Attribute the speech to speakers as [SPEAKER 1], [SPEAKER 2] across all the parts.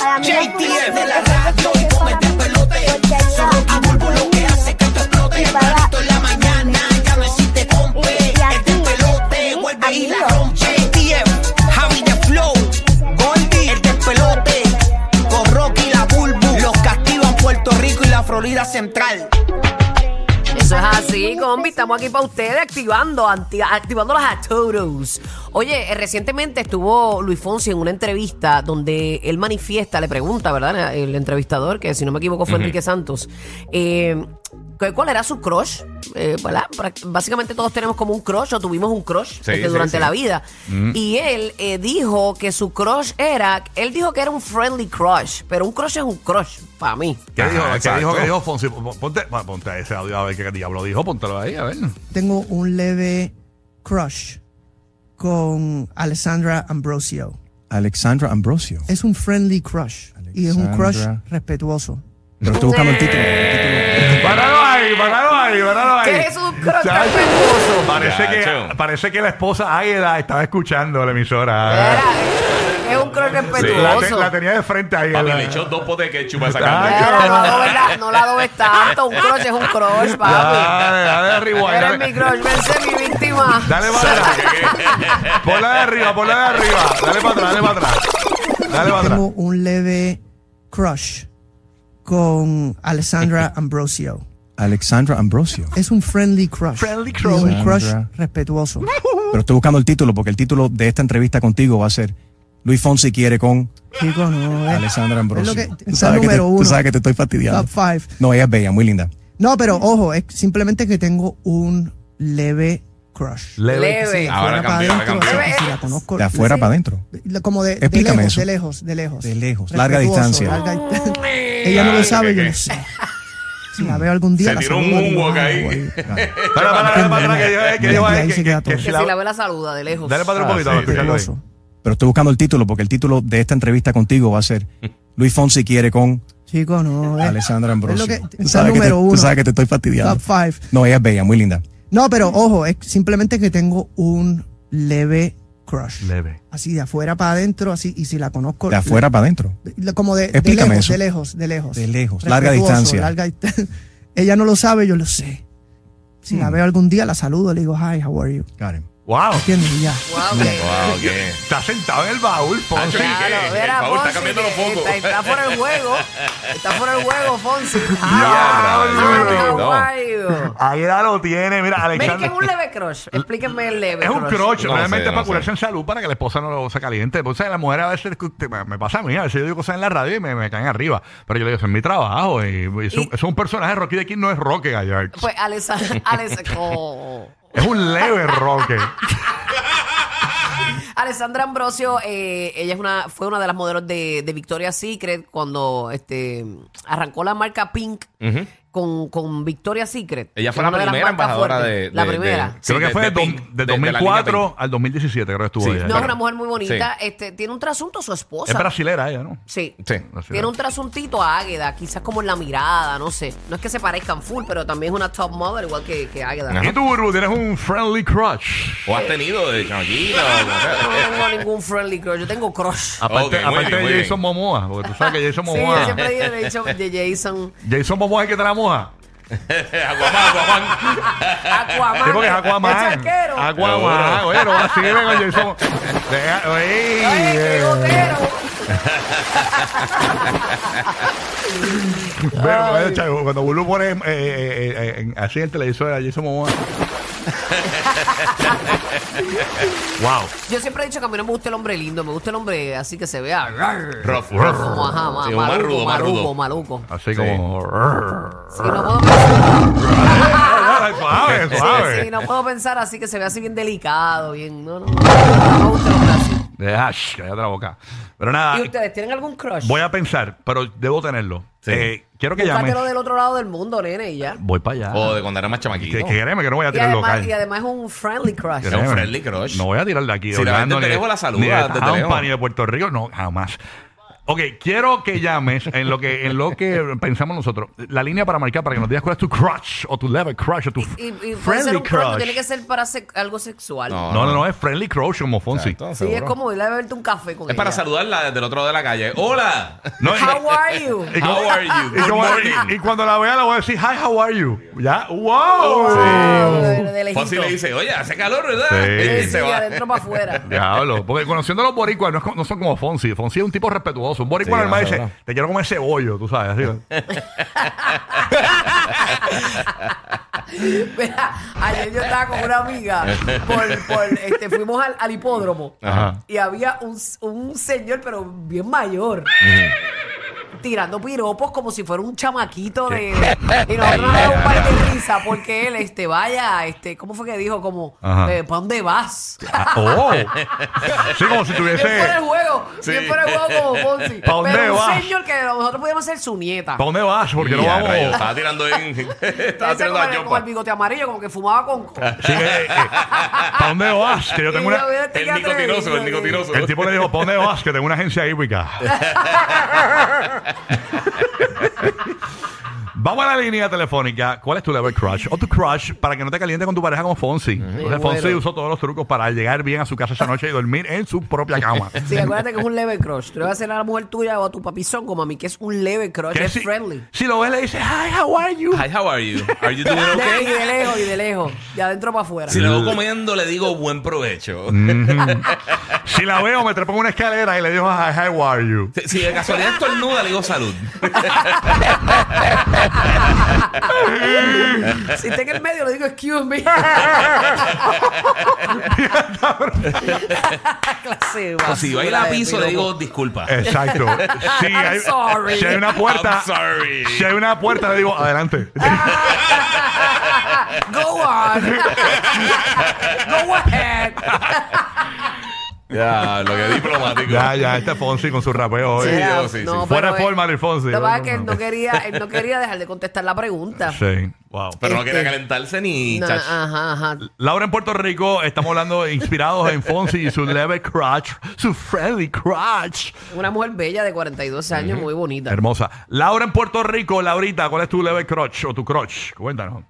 [SPEAKER 1] A mí me
[SPEAKER 2] JTF
[SPEAKER 1] gusta
[SPEAKER 2] en la radio y come de pelote.
[SPEAKER 1] porque hay
[SPEAKER 2] Zorro
[SPEAKER 1] una-
[SPEAKER 2] a bulbo lo que hace que esto explote.
[SPEAKER 1] Y para-
[SPEAKER 2] Tempranito en la mañana ya no existe compe.
[SPEAKER 1] Y- y
[SPEAKER 2] El de
[SPEAKER 1] aquí,
[SPEAKER 2] pelote
[SPEAKER 1] aquí,
[SPEAKER 2] vuelve y la
[SPEAKER 1] amigo.
[SPEAKER 2] rompe. JTF, Javi de Flow, Goldie, el de pelote. Con Rocky y la bulbu. Los castigan Puerto Rico y la Florida Central.
[SPEAKER 3] Eso es así, combi. Estamos aquí para ustedes activando, anti- activando las atoros. Oye, eh, recientemente estuvo Luis Fonsi en una entrevista donde él manifiesta, le pregunta, ¿verdad? El entrevistador, que si no me equivoco fue Enrique Santos, eh, ¿cu- ¿cuál era su crush? Eh, ¿verdad? Prac- Básicamente todos tenemos como un crush o tuvimos un crush este,
[SPEAKER 4] sí,
[SPEAKER 3] durante
[SPEAKER 4] sí. Mm.
[SPEAKER 3] la vida. Y él eh, dijo que su crush era, él dijo que era un friendly crush, pero un crush es un crush para mí.
[SPEAKER 4] ¿Qué
[SPEAKER 5] Ajá,
[SPEAKER 4] dijo? ¿Qué
[SPEAKER 5] exacto.
[SPEAKER 4] dijo? ¿Qué dijo Fonsi? Ponte, ponte ese audio a ver qué diablo dijo. Póntelo ahí, a ver.
[SPEAKER 6] tengo un leve crush con Alessandra Ambrosio.
[SPEAKER 7] Alexandra Ambrosio.
[SPEAKER 6] Es un friendly crush y es un crush
[SPEAKER 7] Alexandra.
[SPEAKER 6] respetuoso.
[SPEAKER 7] Pero estoy buscando el título.
[SPEAKER 5] Eh.
[SPEAKER 4] ¡Paralo ahí! ¡Paralo ahí! ¡Paralo ahí!
[SPEAKER 3] ¿Qué es un crush
[SPEAKER 4] Chacho,
[SPEAKER 3] tan hermoso?
[SPEAKER 4] Parece que,
[SPEAKER 5] Chacho.
[SPEAKER 4] parece que la esposa Águeda estaba escuchando la emisora.
[SPEAKER 3] Era, eh, es un crush
[SPEAKER 4] Ah. La, te-
[SPEAKER 3] respetuoso.
[SPEAKER 4] la tenía de Ah, frente ahí.
[SPEAKER 5] Papi,
[SPEAKER 4] la-
[SPEAKER 5] le echó dos potes de ketchup a esa
[SPEAKER 4] Chacho.
[SPEAKER 5] carne.
[SPEAKER 3] Pero no, la adobes- no la adobes tanto. Un crush es un crush, papi.
[SPEAKER 4] Dale, dale arriba.
[SPEAKER 3] Eres mi
[SPEAKER 4] Dale,
[SPEAKER 3] crush, vence mi víctima.
[SPEAKER 4] dale para atrás. Ponla de arriba, ponla de arriba. Dale para atrás, dale para atrás. Dale para atrás.
[SPEAKER 6] Tengo un leve crush con Alessandra Ambrosio.
[SPEAKER 7] Alexandra Ambrosio.
[SPEAKER 6] Es un friendly crush.
[SPEAKER 4] Friendly
[SPEAKER 6] y es un crush
[SPEAKER 7] Alexandra.
[SPEAKER 6] respetuoso.
[SPEAKER 7] Pero estoy buscando el título porque el título de esta entrevista contigo va a ser Luis Fonsi quiere con
[SPEAKER 6] Chico, no. eh. es-
[SPEAKER 7] Alexandra Ambrosio.
[SPEAKER 6] Es lo que-
[SPEAKER 7] Tú
[SPEAKER 6] es
[SPEAKER 7] sabes
[SPEAKER 6] el
[SPEAKER 7] que te-
[SPEAKER 6] número uno.
[SPEAKER 7] tú sabes que te estoy fastidiando.
[SPEAKER 6] Top five.
[SPEAKER 7] No, ella es bella, muy linda.
[SPEAKER 6] No, pero ojo, es simplemente que tengo un leve crush.
[SPEAKER 3] Leve.
[SPEAKER 5] Ahora
[SPEAKER 6] Fuera pa'
[SPEAKER 5] cambió, ahora
[SPEAKER 6] adentro,
[SPEAKER 5] cambió.
[SPEAKER 6] si- si la conozco-
[SPEAKER 7] De afuera
[SPEAKER 6] sí.
[SPEAKER 7] para adentro.
[SPEAKER 6] La- Como de, de
[SPEAKER 7] Explícame
[SPEAKER 6] lejos,
[SPEAKER 7] eso.
[SPEAKER 6] de lejos, de lejos.
[SPEAKER 7] De lejos, larga
[SPEAKER 6] Respetuoso,
[SPEAKER 7] distancia.
[SPEAKER 6] larga
[SPEAKER 5] Oh,
[SPEAKER 6] dist- Ella no
[SPEAKER 5] Ay,
[SPEAKER 6] lo sabe,
[SPEAKER 5] ¿qué,
[SPEAKER 6] yo
[SPEAKER 5] qué?
[SPEAKER 6] no sé. Si la veo algún día.
[SPEAKER 5] Se
[SPEAKER 6] la
[SPEAKER 5] tiró un
[SPEAKER 6] saludo, digo,
[SPEAKER 5] moonwalk
[SPEAKER 6] "Ah,
[SPEAKER 5] ahí.
[SPEAKER 4] Para, para, dale para atrás. Que yo, que yo,
[SPEAKER 6] Ahí
[SPEAKER 4] que-
[SPEAKER 6] se queda
[SPEAKER 4] que- que
[SPEAKER 6] todo.
[SPEAKER 3] Que
[SPEAKER 4] si
[SPEAKER 3] si la
[SPEAKER 4] la-
[SPEAKER 3] ve la saluda de lejos.
[SPEAKER 4] Dale para atrás un poquito.
[SPEAKER 5] Ah,
[SPEAKER 4] vamos a escucharlo ahí.
[SPEAKER 6] Respetuoso.
[SPEAKER 7] Pero estoy buscando el título porque el título de esta entrevista contigo va a ser Luis Fonsi quiere con
[SPEAKER 6] Chico, no. Eh, es-
[SPEAKER 7] Alexandra Ambrosio.
[SPEAKER 6] Es lo que,
[SPEAKER 7] Tú
[SPEAKER 6] es el
[SPEAKER 7] sabes que te-
[SPEAKER 6] número uno.
[SPEAKER 7] tú sabes que te estoy fastidiando.
[SPEAKER 6] Top five.
[SPEAKER 7] No, ella es bella, muy linda.
[SPEAKER 6] No, pero ojo, es simplemente que tengo un leve crush.
[SPEAKER 4] Leve.
[SPEAKER 6] Así de afuera para adentro, así. Y si la conozco.
[SPEAKER 7] De afuera para adentro.
[SPEAKER 6] la- Como de, de
[SPEAKER 7] Explícame
[SPEAKER 6] lejos,
[SPEAKER 7] eso.
[SPEAKER 6] de lejos, de lejos.
[SPEAKER 7] De lejos, larga
[SPEAKER 6] Respetuoso,
[SPEAKER 7] distancia.
[SPEAKER 6] larga dist- Ella no lo sabe, yo lo sé. Si
[SPEAKER 7] Hmm.
[SPEAKER 6] la veo algún día, la saludo, le digo, hi, how are you?
[SPEAKER 7] Karen.
[SPEAKER 4] Wow.
[SPEAKER 6] ¿Entiendes? Y ya.
[SPEAKER 3] Wow, que-
[SPEAKER 5] Wow, qué.
[SPEAKER 4] Está sentado en el baúl,
[SPEAKER 5] Hacho,
[SPEAKER 4] Fonsi.
[SPEAKER 3] Ah, Claro,
[SPEAKER 5] ¿Qué?
[SPEAKER 3] ver a
[SPEAKER 5] El favor, está
[SPEAKER 3] Fonsi
[SPEAKER 5] cambiando los
[SPEAKER 3] que
[SPEAKER 5] focos.
[SPEAKER 3] Está, está fuera del juego. Está fuera del juego, Fonsi. Ah,
[SPEAKER 4] Diablo.
[SPEAKER 3] how are you?
[SPEAKER 4] Ahí ya lo tiene. Mira,
[SPEAKER 3] Ven que
[SPEAKER 4] Alexander.
[SPEAKER 3] es un leve crush. Explíquenme el leve
[SPEAKER 4] Es un crush,
[SPEAKER 5] No
[SPEAKER 4] realmente
[SPEAKER 5] sé,
[SPEAKER 4] es para
[SPEAKER 5] no
[SPEAKER 4] curarse
[SPEAKER 5] sé.
[SPEAKER 4] en salud, para que la esposa no lo se caliente. Pues, o sea, la mujer a veces, te- me, me pasa a mí, a veces yo digo cosas en la radio y me, me caen arriba. Pero yo le digo, eso es mi trabajo. Y, y es, un,
[SPEAKER 3] Y-
[SPEAKER 4] es un personaje, Rocky de quien no es Roque Gallardo.
[SPEAKER 3] Pues Alessandra, Alessandra, oh.
[SPEAKER 4] es un leve Roque.
[SPEAKER 3] Alessandra Ambrosio, eh, ella es una, fue una de las modelos de, de Victoria's Secret cuando este, arrancó la marca Pink
[SPEAKER 5] Ujú.
[SPEAKER 3] con, con Victoria's Secret.
[SPEAKER 5] Ella
[SPEAKER 3] que es
[SPEAKER 5] fue la
[SPEAKER 3] una de las
[SPEAKER 5] primera
[SPEAKER 3] marcas
[SPEAKER 5] embajadora
[SPEAKER 3] fuertes.
[SPEAKER 5] de-
[SPEAKER 3] La
[SPEAKER 5] de- de-
[SPEAKER 3] primera.
[SPEAKER 5] Sí,
[SPEAKER 4] Creo que
[SPEAKER 5] de-
[SPEAKER 4] fue
[SPEAKER 5] de
[SPEAKER 4] del dom-
[SPEAKER 5] Pink, de-
[SPEAKER 4] del
[SPEAKER 5] de la línea
[SPEAKER 4] 2004 al 2017, creo que estuvo
[SPEAKER 5] Sí,
[SPEAKER 4] ella.
[SPEAKER 3] No, es una
[SPEAKER 5] Pero-
[SPEAKER 3] mujer muy bonita. Este, tiene un trasunto su esposa.
[SPEAKER 4] Es brasilera ella, ¿no?
[SPEAKER 3] Sí.
[SPEAKER 5] Sí.
[SPEAKER 3] Tiene un trasuntito a Águeda, quizás como en la mirada, no sé. No es que se parezcan full, pero también es una top model, igual que, que Águeda.
[SPEAKER 5] Ajá.
[SPEAKER 4] Y tú, Burbu, tienes un friendly crush.
[SPEAKER 5] ¿O has tenido de chamaquita? o como sea?
[SPEAKER 3] Yo No tengo ningún friendly crush, yo tengo crush.
[SPEAKER 4] Aparte,
[SPEAKER 5] Ok, muy
[SPEAKER 4] aparte
[SPEAKER 5] bien, muy
[SPEAKER 4] de
[SPEAKER 5] bien.
[SPEAKER 4] Jason Momoa, porque tú sabes que Jason
[SPEAKER 3] Sí, yo
[SPEAKER 4] Momoa.
[SPEAKER 3] siempre digo, de hecho, de Jason
[SPEAKER 4] Jason Momoa es el que te la moja.
[SPEAKER 5] Aquaman, Aquaman.
[SPEAKER 3] Aquaman.
[SPEAKER 4] Sí, porque es
[SPEAKER 3] Es
[SPEAKER 4] Aquaman.
[SPEAKER 3] charquero.
[SPEAKER 4] Aquaman. Oye, no así me con Jason. Deja- oye,
[SPEAKER 3] Ay, qué
[SPEAKER 4] eh,
[SPEAKER 3] gotero.
[SPEAKER 4] Pero, pero, chavo, cuando Bulu pone eh, eh, eh, en- así en el televisor a Jason Momoa. wow.
[SPEAKER 3] Yo siempre he dicho que a mí no me gusta el hombre lindo, me gusta el hombre así que se vea.
[SPEAKER 5] Rough, rough.
[SPEAKER 3] Como ajá, ma-
[SPEAKER 5] Sí, un más
[SPEAKER 3] maluco,
[SPEAKER 5] rudo, más
[SPEAKER 3] maluco,
[SPEAKER 5] rudo.
[SPEAKER 3] maluco.
[SPEAKER 4] Así
[SPEAKER 5] Sí.
[SPEAKER 4] como.
[SPEAKER 3] Si no puedo pensar,
[SPEAKER 4] suave,
[SPEAKER 3] sí, sí,
[SPEAKER 4] suave.
[SPEAKER 3] no puedo pensar así que se vea así bien delicado, bien. No, no. No me gusta el hombre así.
[SPEAKER 4] Deja, shh, cállate la boca. Pero nada,
[SPEAKER 3] ¿Y ustedes tienen algún crush?
[SPEAKER 4] voy a pensar, pero debo tenerlo.
[SPEAKER 5] Sí.
[SPEAKER 4] Eh, quiero que llames.
[SPEAKER 3] Búscatelo del otro lado del mundo, nene, y ya.
[SPEAKER 4] Voy para allá.
[SPEAKER 5] O de cuando era más
[SPEAKER 4] Que,
[SPEAKER 5] chamaquito.
[SPEAKER 4] que créeme que no voy a
[SPEAKER 3] Y
[SPEAKER 4] tirar
[SPEAKER 3] además,
[SPEAKER 4] local.
[SPEAKER 3] y además es un friendly crush.
[SPEAKER 5] Era un
[SPEAKER 4] Créeme,
[SPEAKER 5] friendly crush.
[SPEAKER 4] No voy a tirar de aquí. de
[SPEAKER 5] Si la ven de
[SPEAKER 4] Orlando, ni de-
[SPEAKER 5] Telejo, la saluda
[SPEAKER 4] Ni de
[SPEAKER 5] de Telejo.
[SPEAKER 4] Tampa, ni de Puerto Rico, no, jamás. Ok, quiero que llames en lo que, en lo que pensamos nosotros. La línea para marcar para que nos digas cuál es tu crush o tu level crush o tu
[SPEAKER 3] Y, y puede ser
[SPEAKER 4] friendly
[SPEAKER 3] un crush, no
[SPEAKER 4] crush.
[SPEAKER 3] tiene que ser para se- algo sexual.
[SPEAKER 4] No, no, no, es friendly crush como Fonsi.
[SPEAKER 3] sí, es como ir a beberte un café con
[SPEAKER 5] Es para
[SPEAKER 3] ella.
[SPEAKER 5] saludarla desde el otro lado de la calle. ¡Hola!
[SPEAKER 4] No, y-
[SPEAKER 3] How are you?
[SPEAKER 4] y-
[SPEAKER 5] How are you?
[SPEAKER 4] Y,
[SPEAKER 5] Good
[SPEAKER 4] como-
[SPEAKER 5] morning.
[SPEAKER 4] y- y cuando la vea le voy a decir, hi, how are you? ¿Ya?
[SPEAKER 5] Oh,
[SPEAKER 4] ¡Wow!
[SPEAKER 3] Wow, de- de lejito.
[SPEAKER 5] Fonsi le dice, oye, hace calor, ¿verdad?
[SPEAKER 4] Sí.
[SPEAKER 5] Y
[SPEAKER 3] Sí,
[SPEAKER 5] se va.
[SPEAKER 3] adentro para afuera.
[SPEAKER 4] Diablo, porque conociendo a los boricuas no, es como- no son como Fonsi. Fonsi es un tipo respetuoso. Un boricua
[SPEAKER 7] Sí,
[SPEAKER 4] normal
[SPEAKER 7] no,
[SPEAKER 4] dice,
[SPEAKER 7] no, no.
[SPEAKER 4] te quiero comer cebollo, tú sabes. así.
[SPEAKER 3] Mira, ayer yo estaba con una amiga, por, por, este, fuimos al, al hipódromo
[SPEAKER 4] Ajá.
[SPEAKER 3] y había un, un señor, pero bien mayor, tirando piropos como si fuera un chamaquito de... Y nosotros nos damos un par de risa porque él, este, vaya, este, ¿cómo fue que dijo? Como,
[SPEAKER 4] Ajá.
[SPEAKER 3] eh, ¿para dónde vas?
[SPEAKER 4] Ah, ¡Oh! Sí, como si
[SPEAKER 3] Bien fuera el
[SPEAKER 4] tuviese...
[SPEAKER 3] juego,
[SPEAKER 5] Sí.
[SPEAKER 3] bien fuera el juego como Fonsi.
[SPEAKER 4] ¿Pa' dónde
[SPEAKER 3] pero un
[SPEAKER 4] vas?
[SPEAKER 3] señor que nosotros podíamos ser su nieta.
[SPEAKER 4] ¿Para dónde vas? Porque no
[SPEAKER 5] Y a
[SPEAKER 4] vamos...
[SPEAKER 5] rayos, Estaba tirando en. Estaba
[SPEAKER 3] Ese con,
[SPEAKER 5] tirando a
[SPEAKER 3] el, con el
[SPEAKER 5] Yopa.
[SPEAKER 3] bigote amarillo, como que fumaba con...
[SPEAKER 4] Sí, eh, eh, ¿Para dónde vas? Que yo tengo
[SPEAKER 3] Y
[SPEAKER 4] una...
[SPEAKER 3] yo veo este
[SPEAKER 5] El
[SPEAKER 3] que
[SPEAKER 5] nicotinoso, el
[SPEAKER 3] atrevido,
[SPEAKER 5] nicotinoso.
[SPEAKER 4] El tipo le dijo, ¿para dónde vas? Que tengo una agencia hípica. Vamos a la línea telefónica. ¿Cuál es tu level crush? O tu crush para que no te caliente con tu pareja como Fonsi.
[SPEAKER 5] Mm-hmm.
[SPEAKER 4] Entonces, Fonsi usó todos los trucos para llegar bien a su casa esa noche y dormir en su propia cama.
[SPEAKER 3] Sí, acuérdate que es un leve crush. Tú le vas a hacer a la mujer tuya o a tu papizón como a mí, que es un leve crush,
[SPEAKER 4] Que
[SPEAKER 3] es
[SPEAKER 4] si,
[SPEAKER 3] friendly.
[SPEAKER 4] si lo ves, le dice, Hi, how are you?
[SPEAKER 5] Hi, how are you? Are you doing
[SPEAKER 3] De,
[SPEAKER 5] okay?
[SPEAKER 3] y de lejos, y de lejos. De adentro para afuera.
[SPEAKER 5] Si lo veo comiendo, le digo buen provecho.
[SPEAKER 4] Si la veo, me trepo en una escalera y le digo, Hi, how are you?
[SPEAKER 5] Si- Si de casualidad estornuda, le digo salud.
[SPEAKER 3] Si está en el medio, le digo, excuse me. Clase de
[SPEAKER 5] O Pues si
[SPEAKER 3] basura
[SPEAKER 5] baila a
[SPEAKER 3] de
[SPEAKER 5] piso, le digo
[SPEAKER 3] piropo.
[SPEAKER 5] disculpa.
[SPEAKER 4] Exacto. Si
[SPEAKER 3] I'm
[SPEAKER 4] hay,
[SPEAKER 3] sorry.
[SPEAKER 4] si Eh, hay una puerta,
[SPEAKER 5] I'm sorry.
[SPEAKER 4] si hay una puerta, le digo, adelante.
[SPEAKER 3] Ah. Go on. Go ahead.
[SPEAKER 5] Ya, lo que es diplomático.
[SPEAKER 4] Ya, ya, este Fonsi con su rapeo hoy.
[SPEAKER 5] Sí,
[SPEAKER 3] Era-
[SPEAKER 5] yo sí, sí.
[SPEAKER 4] Fuera
[SPEAKER 3] pero
[SPEAKER 4] de forma,
[SPEAKER 3] él-
[SPEAKER 4] Luis Fonsi.
[SPEAKER 3] Lo que pasa es que él no quería, él no quería dejar de contestar la pregunta.
[SPEAKER 4] Sí, wow.
[SPEAKER 5] Pero no quería
[SPEAKER 3] Este-
[SPEAKER 5] calentarse ni.
[SPEAKER 3] No, ah.
[SPEAKER 5] chach.
[SPEAKER 3] ajá, ajá.
[SPEAKER 4] Laura en Puerto Rico, estamos hablando inspirados en Fonsi y su leve crutch, su friendly crutch.
[SPEAKER 3] Una mujer bella de 42 años, muy bonita.
[SPEAKER 4] Hermosa. Laura en Puerto Rico, Laurita, ¿cuál es tu leve crutch o tu crutch? Cuéntanos.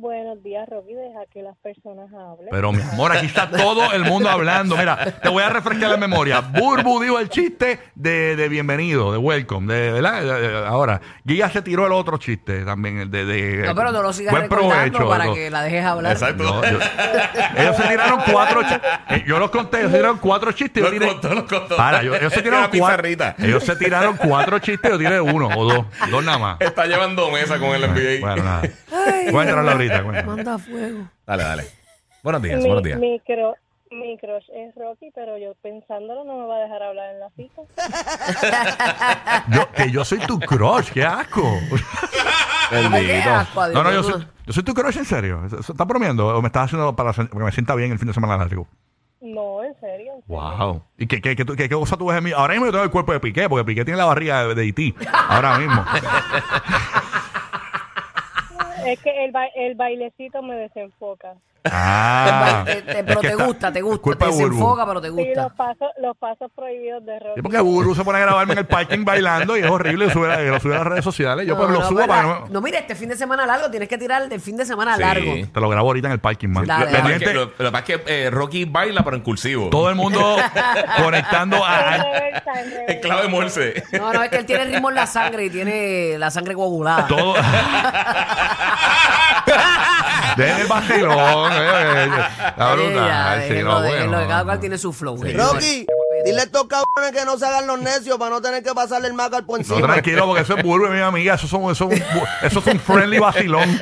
[SPEAKER 1] Buenos días, Rocky. Deja que las personas hablen.
[SPEAKER 4] Pero mi amor, aquí está todo el mundo hablando. Mira, te voy a refrescar la memoria. Burbu dijo el chiste de, de bienvenido, de welcome, de, de la- de- de- ahora. Guía se tiró el otro chiste también, el de, de-
[SPEAKER 3] No, pero no lo sigas
[SPEAKER 4] buen
[SPEAKER 3] recordando
[SPEAKER 4] provecho,
[SPEAKER 3] para
[SPEAKER 4] algo.
[SPEAKER 3] que la dejes hablar.
[SPEAKER 5] Exacto.
[SPEAKER 4] No, yo- ellos se tiraron cuatro chistes. Yo los conté, ellos se tiraron cuatro chistes. Yo
[SPEAKER 5] Los
[SPEAKER 4] tiré,
[SPEAKER 5] contó, los contó.
[SPEAKER 4] Para, yo- ellos se tiraron
[SPEAKER 5] Una
[SPEAKER 4] cuatro.
[SPEAKER 5] pizarrita.
[SPEAKER 4] Ellos se tiraron cuatro chistes, yo tiré uno o dos. Dos nada más.
[SPEAKER 5] Está llevando mesa con el NBA.
[SPEAKER 4] Bueno, nada.
[SPEAKER 3] Ay,
[SPEAKER 4] Cuéntanos ahorita, cuéntanos.
[SPEAKER 3] Manda fuego.
[SPEAKER 5] Dale, dale. Buenos días,
[SPEAKER 1] mi,
[SPEAKER 5] buenos días.
[SPEAKER 1] mi cro- mi crush es Rocky, pero yo pensándolo no me va a dejar hablar en la cita.
[SPEAKER 4] Yo- que yo soy tu crush, qué asco.
[SPEAKER 3] Qué asco,
[SPEAKER 4] No,
[SPEAKER 3] Dios
[SPEAKER 4] no, yo
[SPEAKER 3] mío.
[SPEAKER 4] soy, yo soy tu crush en serio. ¿Eso- eso- ¿Estás bromeando? ¿O me estás haciendo para sen- que me sienta bien el fin de semana largo?
[SPEAKER 1] No, en serio. en serio.
[SPEAKER 4] Wow. ¿Y qué, qué, qué, tú- qué- qué cosa tú ves en mí? Ahora mismo yo tengo el cuerpo de Piqué, porque Piqué tiene la barriga de, de Haití. Ahora mismo.
[SPEAKER 1] Es que el, ba- el bailecito me desenfoca.
[SPEAKER 4] Ah.
[SPEAKER 3] Te- eh, te-
[SPEAKER 4] Es
[SPEAKER 3] pero
[SPEAKER 4] que
[SPEAKER 3] te
[SPEAKER 4] está-
[SPEAKER 3] gusta, te gusta.
[SPEAKER 4] culpa
[SPEAKER 3] Te
[SPEAKER 4] de Burbu.
[SPEAKER 3] desenfoca, pero te
[SPEAKER 1] Sí, los
[SPEAKER 3] gusta.
[SPEAKER 1] pasos, los pasos prohibidos de Rocky.
[SPEAKER 4] Sí, porque Buru se pone a grabarme en el parking bailando y es horrible. Lo sube, a- lo sube a las redes sociales. Yo pues
[SPEAKER 3] No,
[SPEAKER 4] lo
[SPEAKER 3] no,
[SPEAKER 4] subo
[SPEAKER 3] pero
[SPEAKER 4] para
[SPEAKER 3] la-
[SPEAKER 4] que no.
[SPEAKER 3] No, mira, este fin de semana largo tienes que tirar el del fin de semana
[SPEAKER 5] Sí.
[SPEAKER 3] largo.
[SPEAKER 4] Te lo grabo ahorita en el parking, man.
[SPEAKER 5] Lo
[SPEAKER 3] Dale,
[SPEAKER 5] lo
[SPEAKER 3] dale.
[SPEAKER 5] que pasa es que, lo- lo que pasa es que, eh, Rocky baila, pero en cursivo.
[SPEAKER 4] Todo el mundo conectando a.
[SPEAKER 5] Ah.
[SPEAKER 1] En
[SPEAKER 4] a-
[SPEAKER 1] reversa, en
[SPEAKER 5] En
[SPEAKER 1] reversa.
[SPEAKER 5] clave morse.
[SPEAKER 3] No, no, es que él tiene ritmo en la sangre y tiene la sangre coagulada.
[SPEAKER 4] todo. Dejen el vacilón. eh, eh, eh. Está
[SPEAKER 3] Oye, ya,
[SPEAKER 4] brutal. Sí,
[SPEAKER 3] déjenlo,
[SPEAKER 4] no,
[SPEAKER 3] déjenlo,
[SPEAKER 4] bueno.
[SPEAKER 3] que cada cual tiene su flow.
[SPEAKER 4] Sí.
[SPEAKER 8] Rocky, dile a estos cabrones que no se hagan los necios para no tener que pasarle el maca al por
[SPEAKER 4] No,
[SPEAKER 8] encima.
[SPEAKER 4] tranquilo, porque eso es burro, mi amiga. Eso, son, eso, es un bu- eso es un friendly vacilón.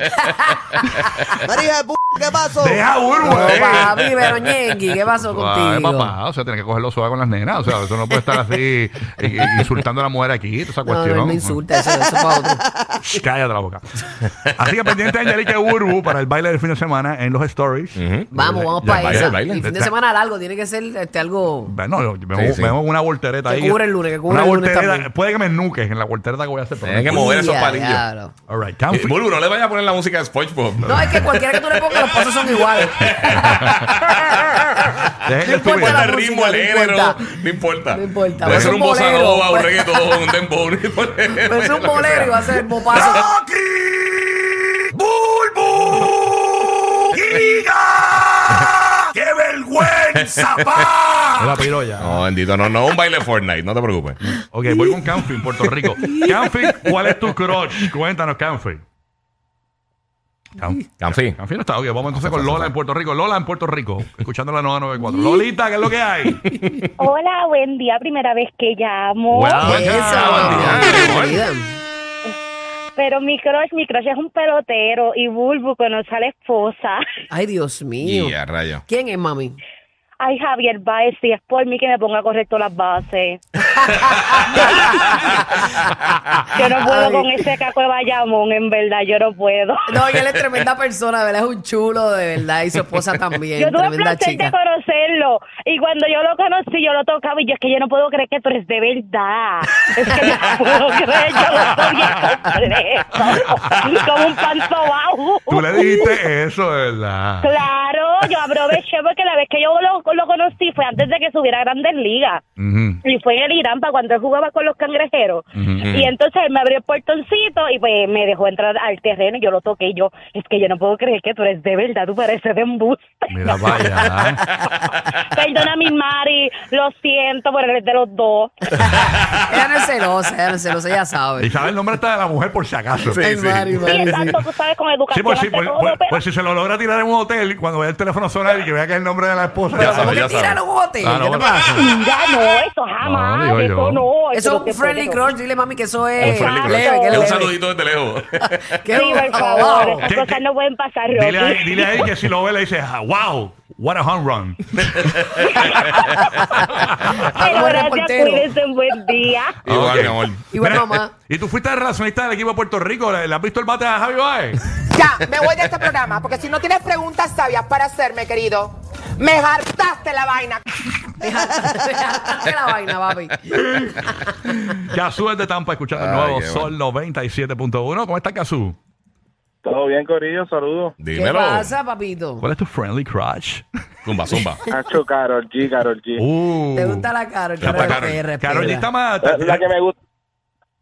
[SPEAKER 8] María de p ¿qué pasó?
[SPEAKER 4] Deja burro,
[SPEAKER 3] No,
[SPEAKER 4] eh.
[SPEAKER 3] papi, pero Ñengui, ¿qué pasó
[SPEAKER 4] Ay,
[SPEAKER 3] contigo?
[SPEAKER 4] papá, o sea, tienes que cogerlo suave con las nenas. O sea, eso no puede estar así eh, insultando a la mujer aquí, toda esa
[SPEAKER 3] No,
[SPEAKER 4] cuestión.
[SPEAKER 3] no, él me insulta, eso, eso es para otro.
[SPEAKER 4] Shh, Cállate la boca. Así que pendiente Angelica Burbu para el baile del fin de semana en los stories.
[SPEAKER 3] Vamos, vamos
[SPEAKER 4] Ya,
[SPEAKER 3] para
[SPEAKER 5] baila,
[SPEAKER 3] eso.
[SPEAKER 5] baila.
[SPEAKER 3] Y fin de semana largo tiene que ser este, algo...
[SPEAKER 4] Bueno, yo- vemos,
[SPEAKER 5] sí.
[SPEAKER 4] vemos una voltereta
[SPEAKER 3] Que
[SPEAKER 4] ahí.
[SPEAKER 3] cubre el lunes, que cubre
[SPEAKER 4] una
[SPEAKER 3] el lunes
[SPEAKER 4] voltereta.
[SPEAKER 3] también.
[SPEAKER 4] Puede que me nuques en la voltereta que voy a hacer. pero
[SPEAKER 5] Tienes que
[SPEAKER 4] no-
[SPEAKER 5] mover esos
[SPEAKER 3] Ya,
[SPEAKER 5] palillos.
[SPEAKER 3] diablo.
[SPEAKER 4] All right,
[SPEAKER 5] Eh,
[SPEAKER 4] Canfi.
[SPEAKER 5] Bulbu, no le vayas a poner la música de SpongeBob.
[SPEAKER 3] No, es que cualquiera que tú le pongas esposos son iguales.
[SPEAKER 4] Dejen
[SPEAKER 3] No
[SPEAKER 4] de
[SPEAKER 3] importa
[SPEAKER 4] estupidez.
[SPEAKER 5] el ritmo,
[SPEAKER 3] música,
[SPEAKER 5] el
[SPEAKER 3] no
[SPEAKER 5] género,
[SPEAKER 3] importa.
[SPEAKER 5] no importa.
[SPEAKER 3] No importa,
[SPEAKER 5] Puede
[SPEAKER 3] es
[SPEAKER 5] ser
[SPEAKER 3] un
[SPEAKER 5] un bossa
[SPEAKER 3] bolero,
[SPEAKER 5] nova, un
[SPEAKER 3] pues.
[SPEAKER 5] reggaetón, un dembow, un
[SPEAKER 3] Pero
[SPEAKER 5] bolero.
[SPEAKER 3] Pues es
[SPEAKER 5] lo
[SPEAKER 3] un
[SPEAKER 5] que
[SPEAKER 3] bolero y
[SPEAKER 5] sea.
[SPEAKER 3] va a ser el bopazo.
[SPEAKER 4] ¡Rocky! ¡Bulbu! ¡Giga! ¡Qué vergüenza, pa! La piroya.
[SPEAKER 5] No, bendito, no, no, un baile Fortnite, no te preocupes.
[SPEAKER 4] Ok, voy con Canfi en Puerto Rico. Canfi, ¿cuál es tu crush? Cuéntanos, Canfi. Canfi
[SPEAKER 5] Canfi.
[SPEAKER 4] no está, ok. Vamos entonces con Lola en Puerto Rico. Lola en Puerto Rico, escuchando la 994. Lolita, ¿qué es lo que hay?
[SPEAKER 9] Hola, buen día, primera vez que llamo.
[SPEAKER 4] Bueno,
[SPEAKER 3] Eso.
[SPEAKER 4] ah, bueno.
[SPEAKER 3] Querida.
[SPEAKER 9] Pero mi crush, mi crush es un pelotero y Bulbu conoce a la esposa.
[SPEAKER 3] Ay, Dios mío.
[SPEAKER 5] Y a rayo.
[SPEAKER 3] ¿Quién es, mami?
[SPEAKER 9] Ay, Javier Baez, si es por mí que me ponga correcto las bases. Yo no puedo
[SPEAKER 3] Ay.
[SPEAKER 9] con ese caco de Bayamón, en verdad, yo no puedo.
[SPEAKER 3] No, y él es tremenda persona, de ¿verdad? Es un chulo, de verdad. Y su esposa también.
[SPEAKER 9] Yo tuve el
[SPEAKER 3] tremenda
[SPEAKER 9] placer
[SPEAKER 3] chica.
[SPEAKER 9] de conocerlo y cuando yo lo conocí yo lo tocaba y yo es que yo no puedo creer que tú eres de verdad. Es que no puedo creer, yo lo soy completo. Como un pan sobao.
[SPEAKER 4] Tú le dijiste eso, de ¿verdad?
[SPEAKER 9] Claro, yo aproveché porque la vez que yo lo, lo conocí fue antes de que subiera a Grandes Ligas.
[SPEAKER 4] Ujú.
[SPEAKER 9] Y fue en el Irán para cuando él jugaba con los cangrejeros. Y entonces él me abrió el portoncito y pues me dejó entrar al terreno y yo lo toqué. Y yo, es que yo no puedo creer que tú eres de verdad, tú pareces de embuste.
[SPEAKER 4] Mira, vaya. ¿eh?
[SPEAKER 9] Perdona, mi Mari, lo siento por eres de los dos.
[SPEAKER 3] Ella no es celosa, ella no es celosa, ella
[SPEAKER 4] Y
[SPEAKER 3] sabe.
[SPEAKER 4] sabe el nombre hasta de la mujer por si acaso.
[SPEAKER 5] Sí,
[SPEAKER 3] Ay,
[SPEAKER 5] sí.
[SPEAKER 3] Mari,
[SPEAKER 9] Y
[SPEAKER 3] Mari, sí.
[SPEAKER 9] tanto tú sabes con
[SPEAKER 4] Sí,
[SPEAKER 9] educación
[SPEAKER 4] pues, sí,
[SPEAKER 9] ante
[SPEAKER 4] pues,
[SPEAKER 9] todo,
[SPEAKER 4] pues-
[SPEAKER 9] pero-
[SPEAKER 4] pues si se lo logra tirar en un hotel, cuando vea el teléfono sonar y que vea que es el nombre de la esposa.
[SPEAKER 5] Ya
[SPEAKER 3] ¿Cómo
[SPEAKER 5] sabe,
[SPEAKER 3] que
[SPEAKER 5] ya
[SPEAKER 3] tiran
[SPEAKER 5] sabe.
[SPEAKER 3] un bote?
[SPEAKER 4] Ah, no,
[SPEAKER 3] ¿Qué te
[SPEAKER 4] bueno.
[SPEAKER 3] pasa?
[SPEAKER 9] Ya no, eso jamás,
[SPEAKER 4] No, digo yo.
[SPEAKER 9] eso no.
[SPEAKER 3] Eso es
[SPEAKER 9] no
[SPEAKER 3] un
[SPEAKER 9] se
[SPEAKER 3] friendly
[SPEAKER 9] puede.
[SPEAKER 3] crush, dile mami que eso
[SPEAKER 5] Un
[SPEAKER 3] es
[SPEAKER 5] friendly crush.
[SPEAKER 3] leve, que
[SPEAKER 5] Es
[SPEAKER 3] es
[SPEAKER 5] un
[SPEAKER 3] leve.
[SPEAKER 5] saludito de lejos.
[SPEAKER 3] Que es
[SPEAKER 9] Sí,
[SPEAKER 3] un-
[SPEAKER 9] por favor,
[SPEAKER 3] wow.
[SPEAKER 9] esas
[SPEAKER 4] ¿Qué-
[SPEAKER 9] cosas
[SPEAKER 4] qué-
[SPEAKER 9] no pueden pasar, Rocky.
[SPEAKER 4] Dile a, él, dile a él que si lo ve le dice, "Ah, wow, what a home run.
[SPEAKER 3] como
[SPEAKER 9] Pero gracias,
[SPEAKER 3] reportero.
[SPEAKER 9] cuídense, buen día.
[SPEAKER 5] Igual,
[SPEAKER 4] Ok.
[SPEAKER 5] mi amor.
[SPEAKER 3] Y bueno,
[SPEAKER 4] Mira,
[SPEAKER 3] mamá.
[SPEAKER 4] ¿Y tú fuiste relacionista del equipo de Puerto Rico? ¿Le, le has visto el bate a Javi Baez?
[SPEAKER 10] Ya, me voy de este programa, porque si no tienes preguntas sabias para hacerme, querido, me hartaste la vaina.
[SPEAKER 3] Dejaste la vaina, papi.
[SPEAKER 4] Cazú es de Tampa, escuchando el
[SPEAKER 5] Ay,
[SPEAKER 4] nuevo
[SPEAKER 5] qué
[SPEAKER 4] Sol 97.1. ¿Cómo está Cazú?
[SPEAKER 11] Todo bien, Corillo, saludos.
[SPEAKER 3] ¿Qué
[SPEAKER 5] Dímelo.
[SPEAKER 3] pasa, papito?
[SPEAKER 4] ¿Cuál es tu friendly crush?
[SPEAKER 5] Zumba, zumba.
[SPEAKER 11] Hacho Carol G, Carol G.
[SPEAKER 4] Uh,
[SPEAKER 3] ¿Te gusta la Carol?
[SPEAKER 5] Chapa,
[SPEAKER 3] Carol,
[SPEAKER 5] Carol.
[SPEAKER 3] te respira.
[SPEAKER 4] Carol, ya está más...
[SPEAKER 11] La, Eh, la que me gusta,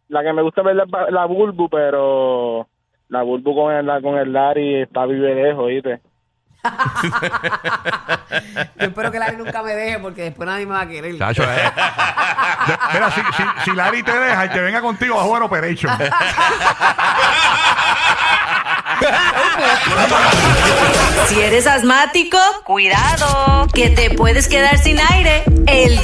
[SPEAKER 11] la que me gusta ver la, la Bulbu, pero la Bulbu con el, con el Larry está vive lejos, ¿oíste?
[SPEAKER 3] Yo espero que Larry nunca me deje porque después nadie me va a querer.
[SPEAKER 4] Chacho, eh. De- Mira, si, si, si Larry te deja y que venga contigo a jugar Operation.
[SPEAKER 12] Si eres asmático, cuidado, que te puedes quedar sin aire. El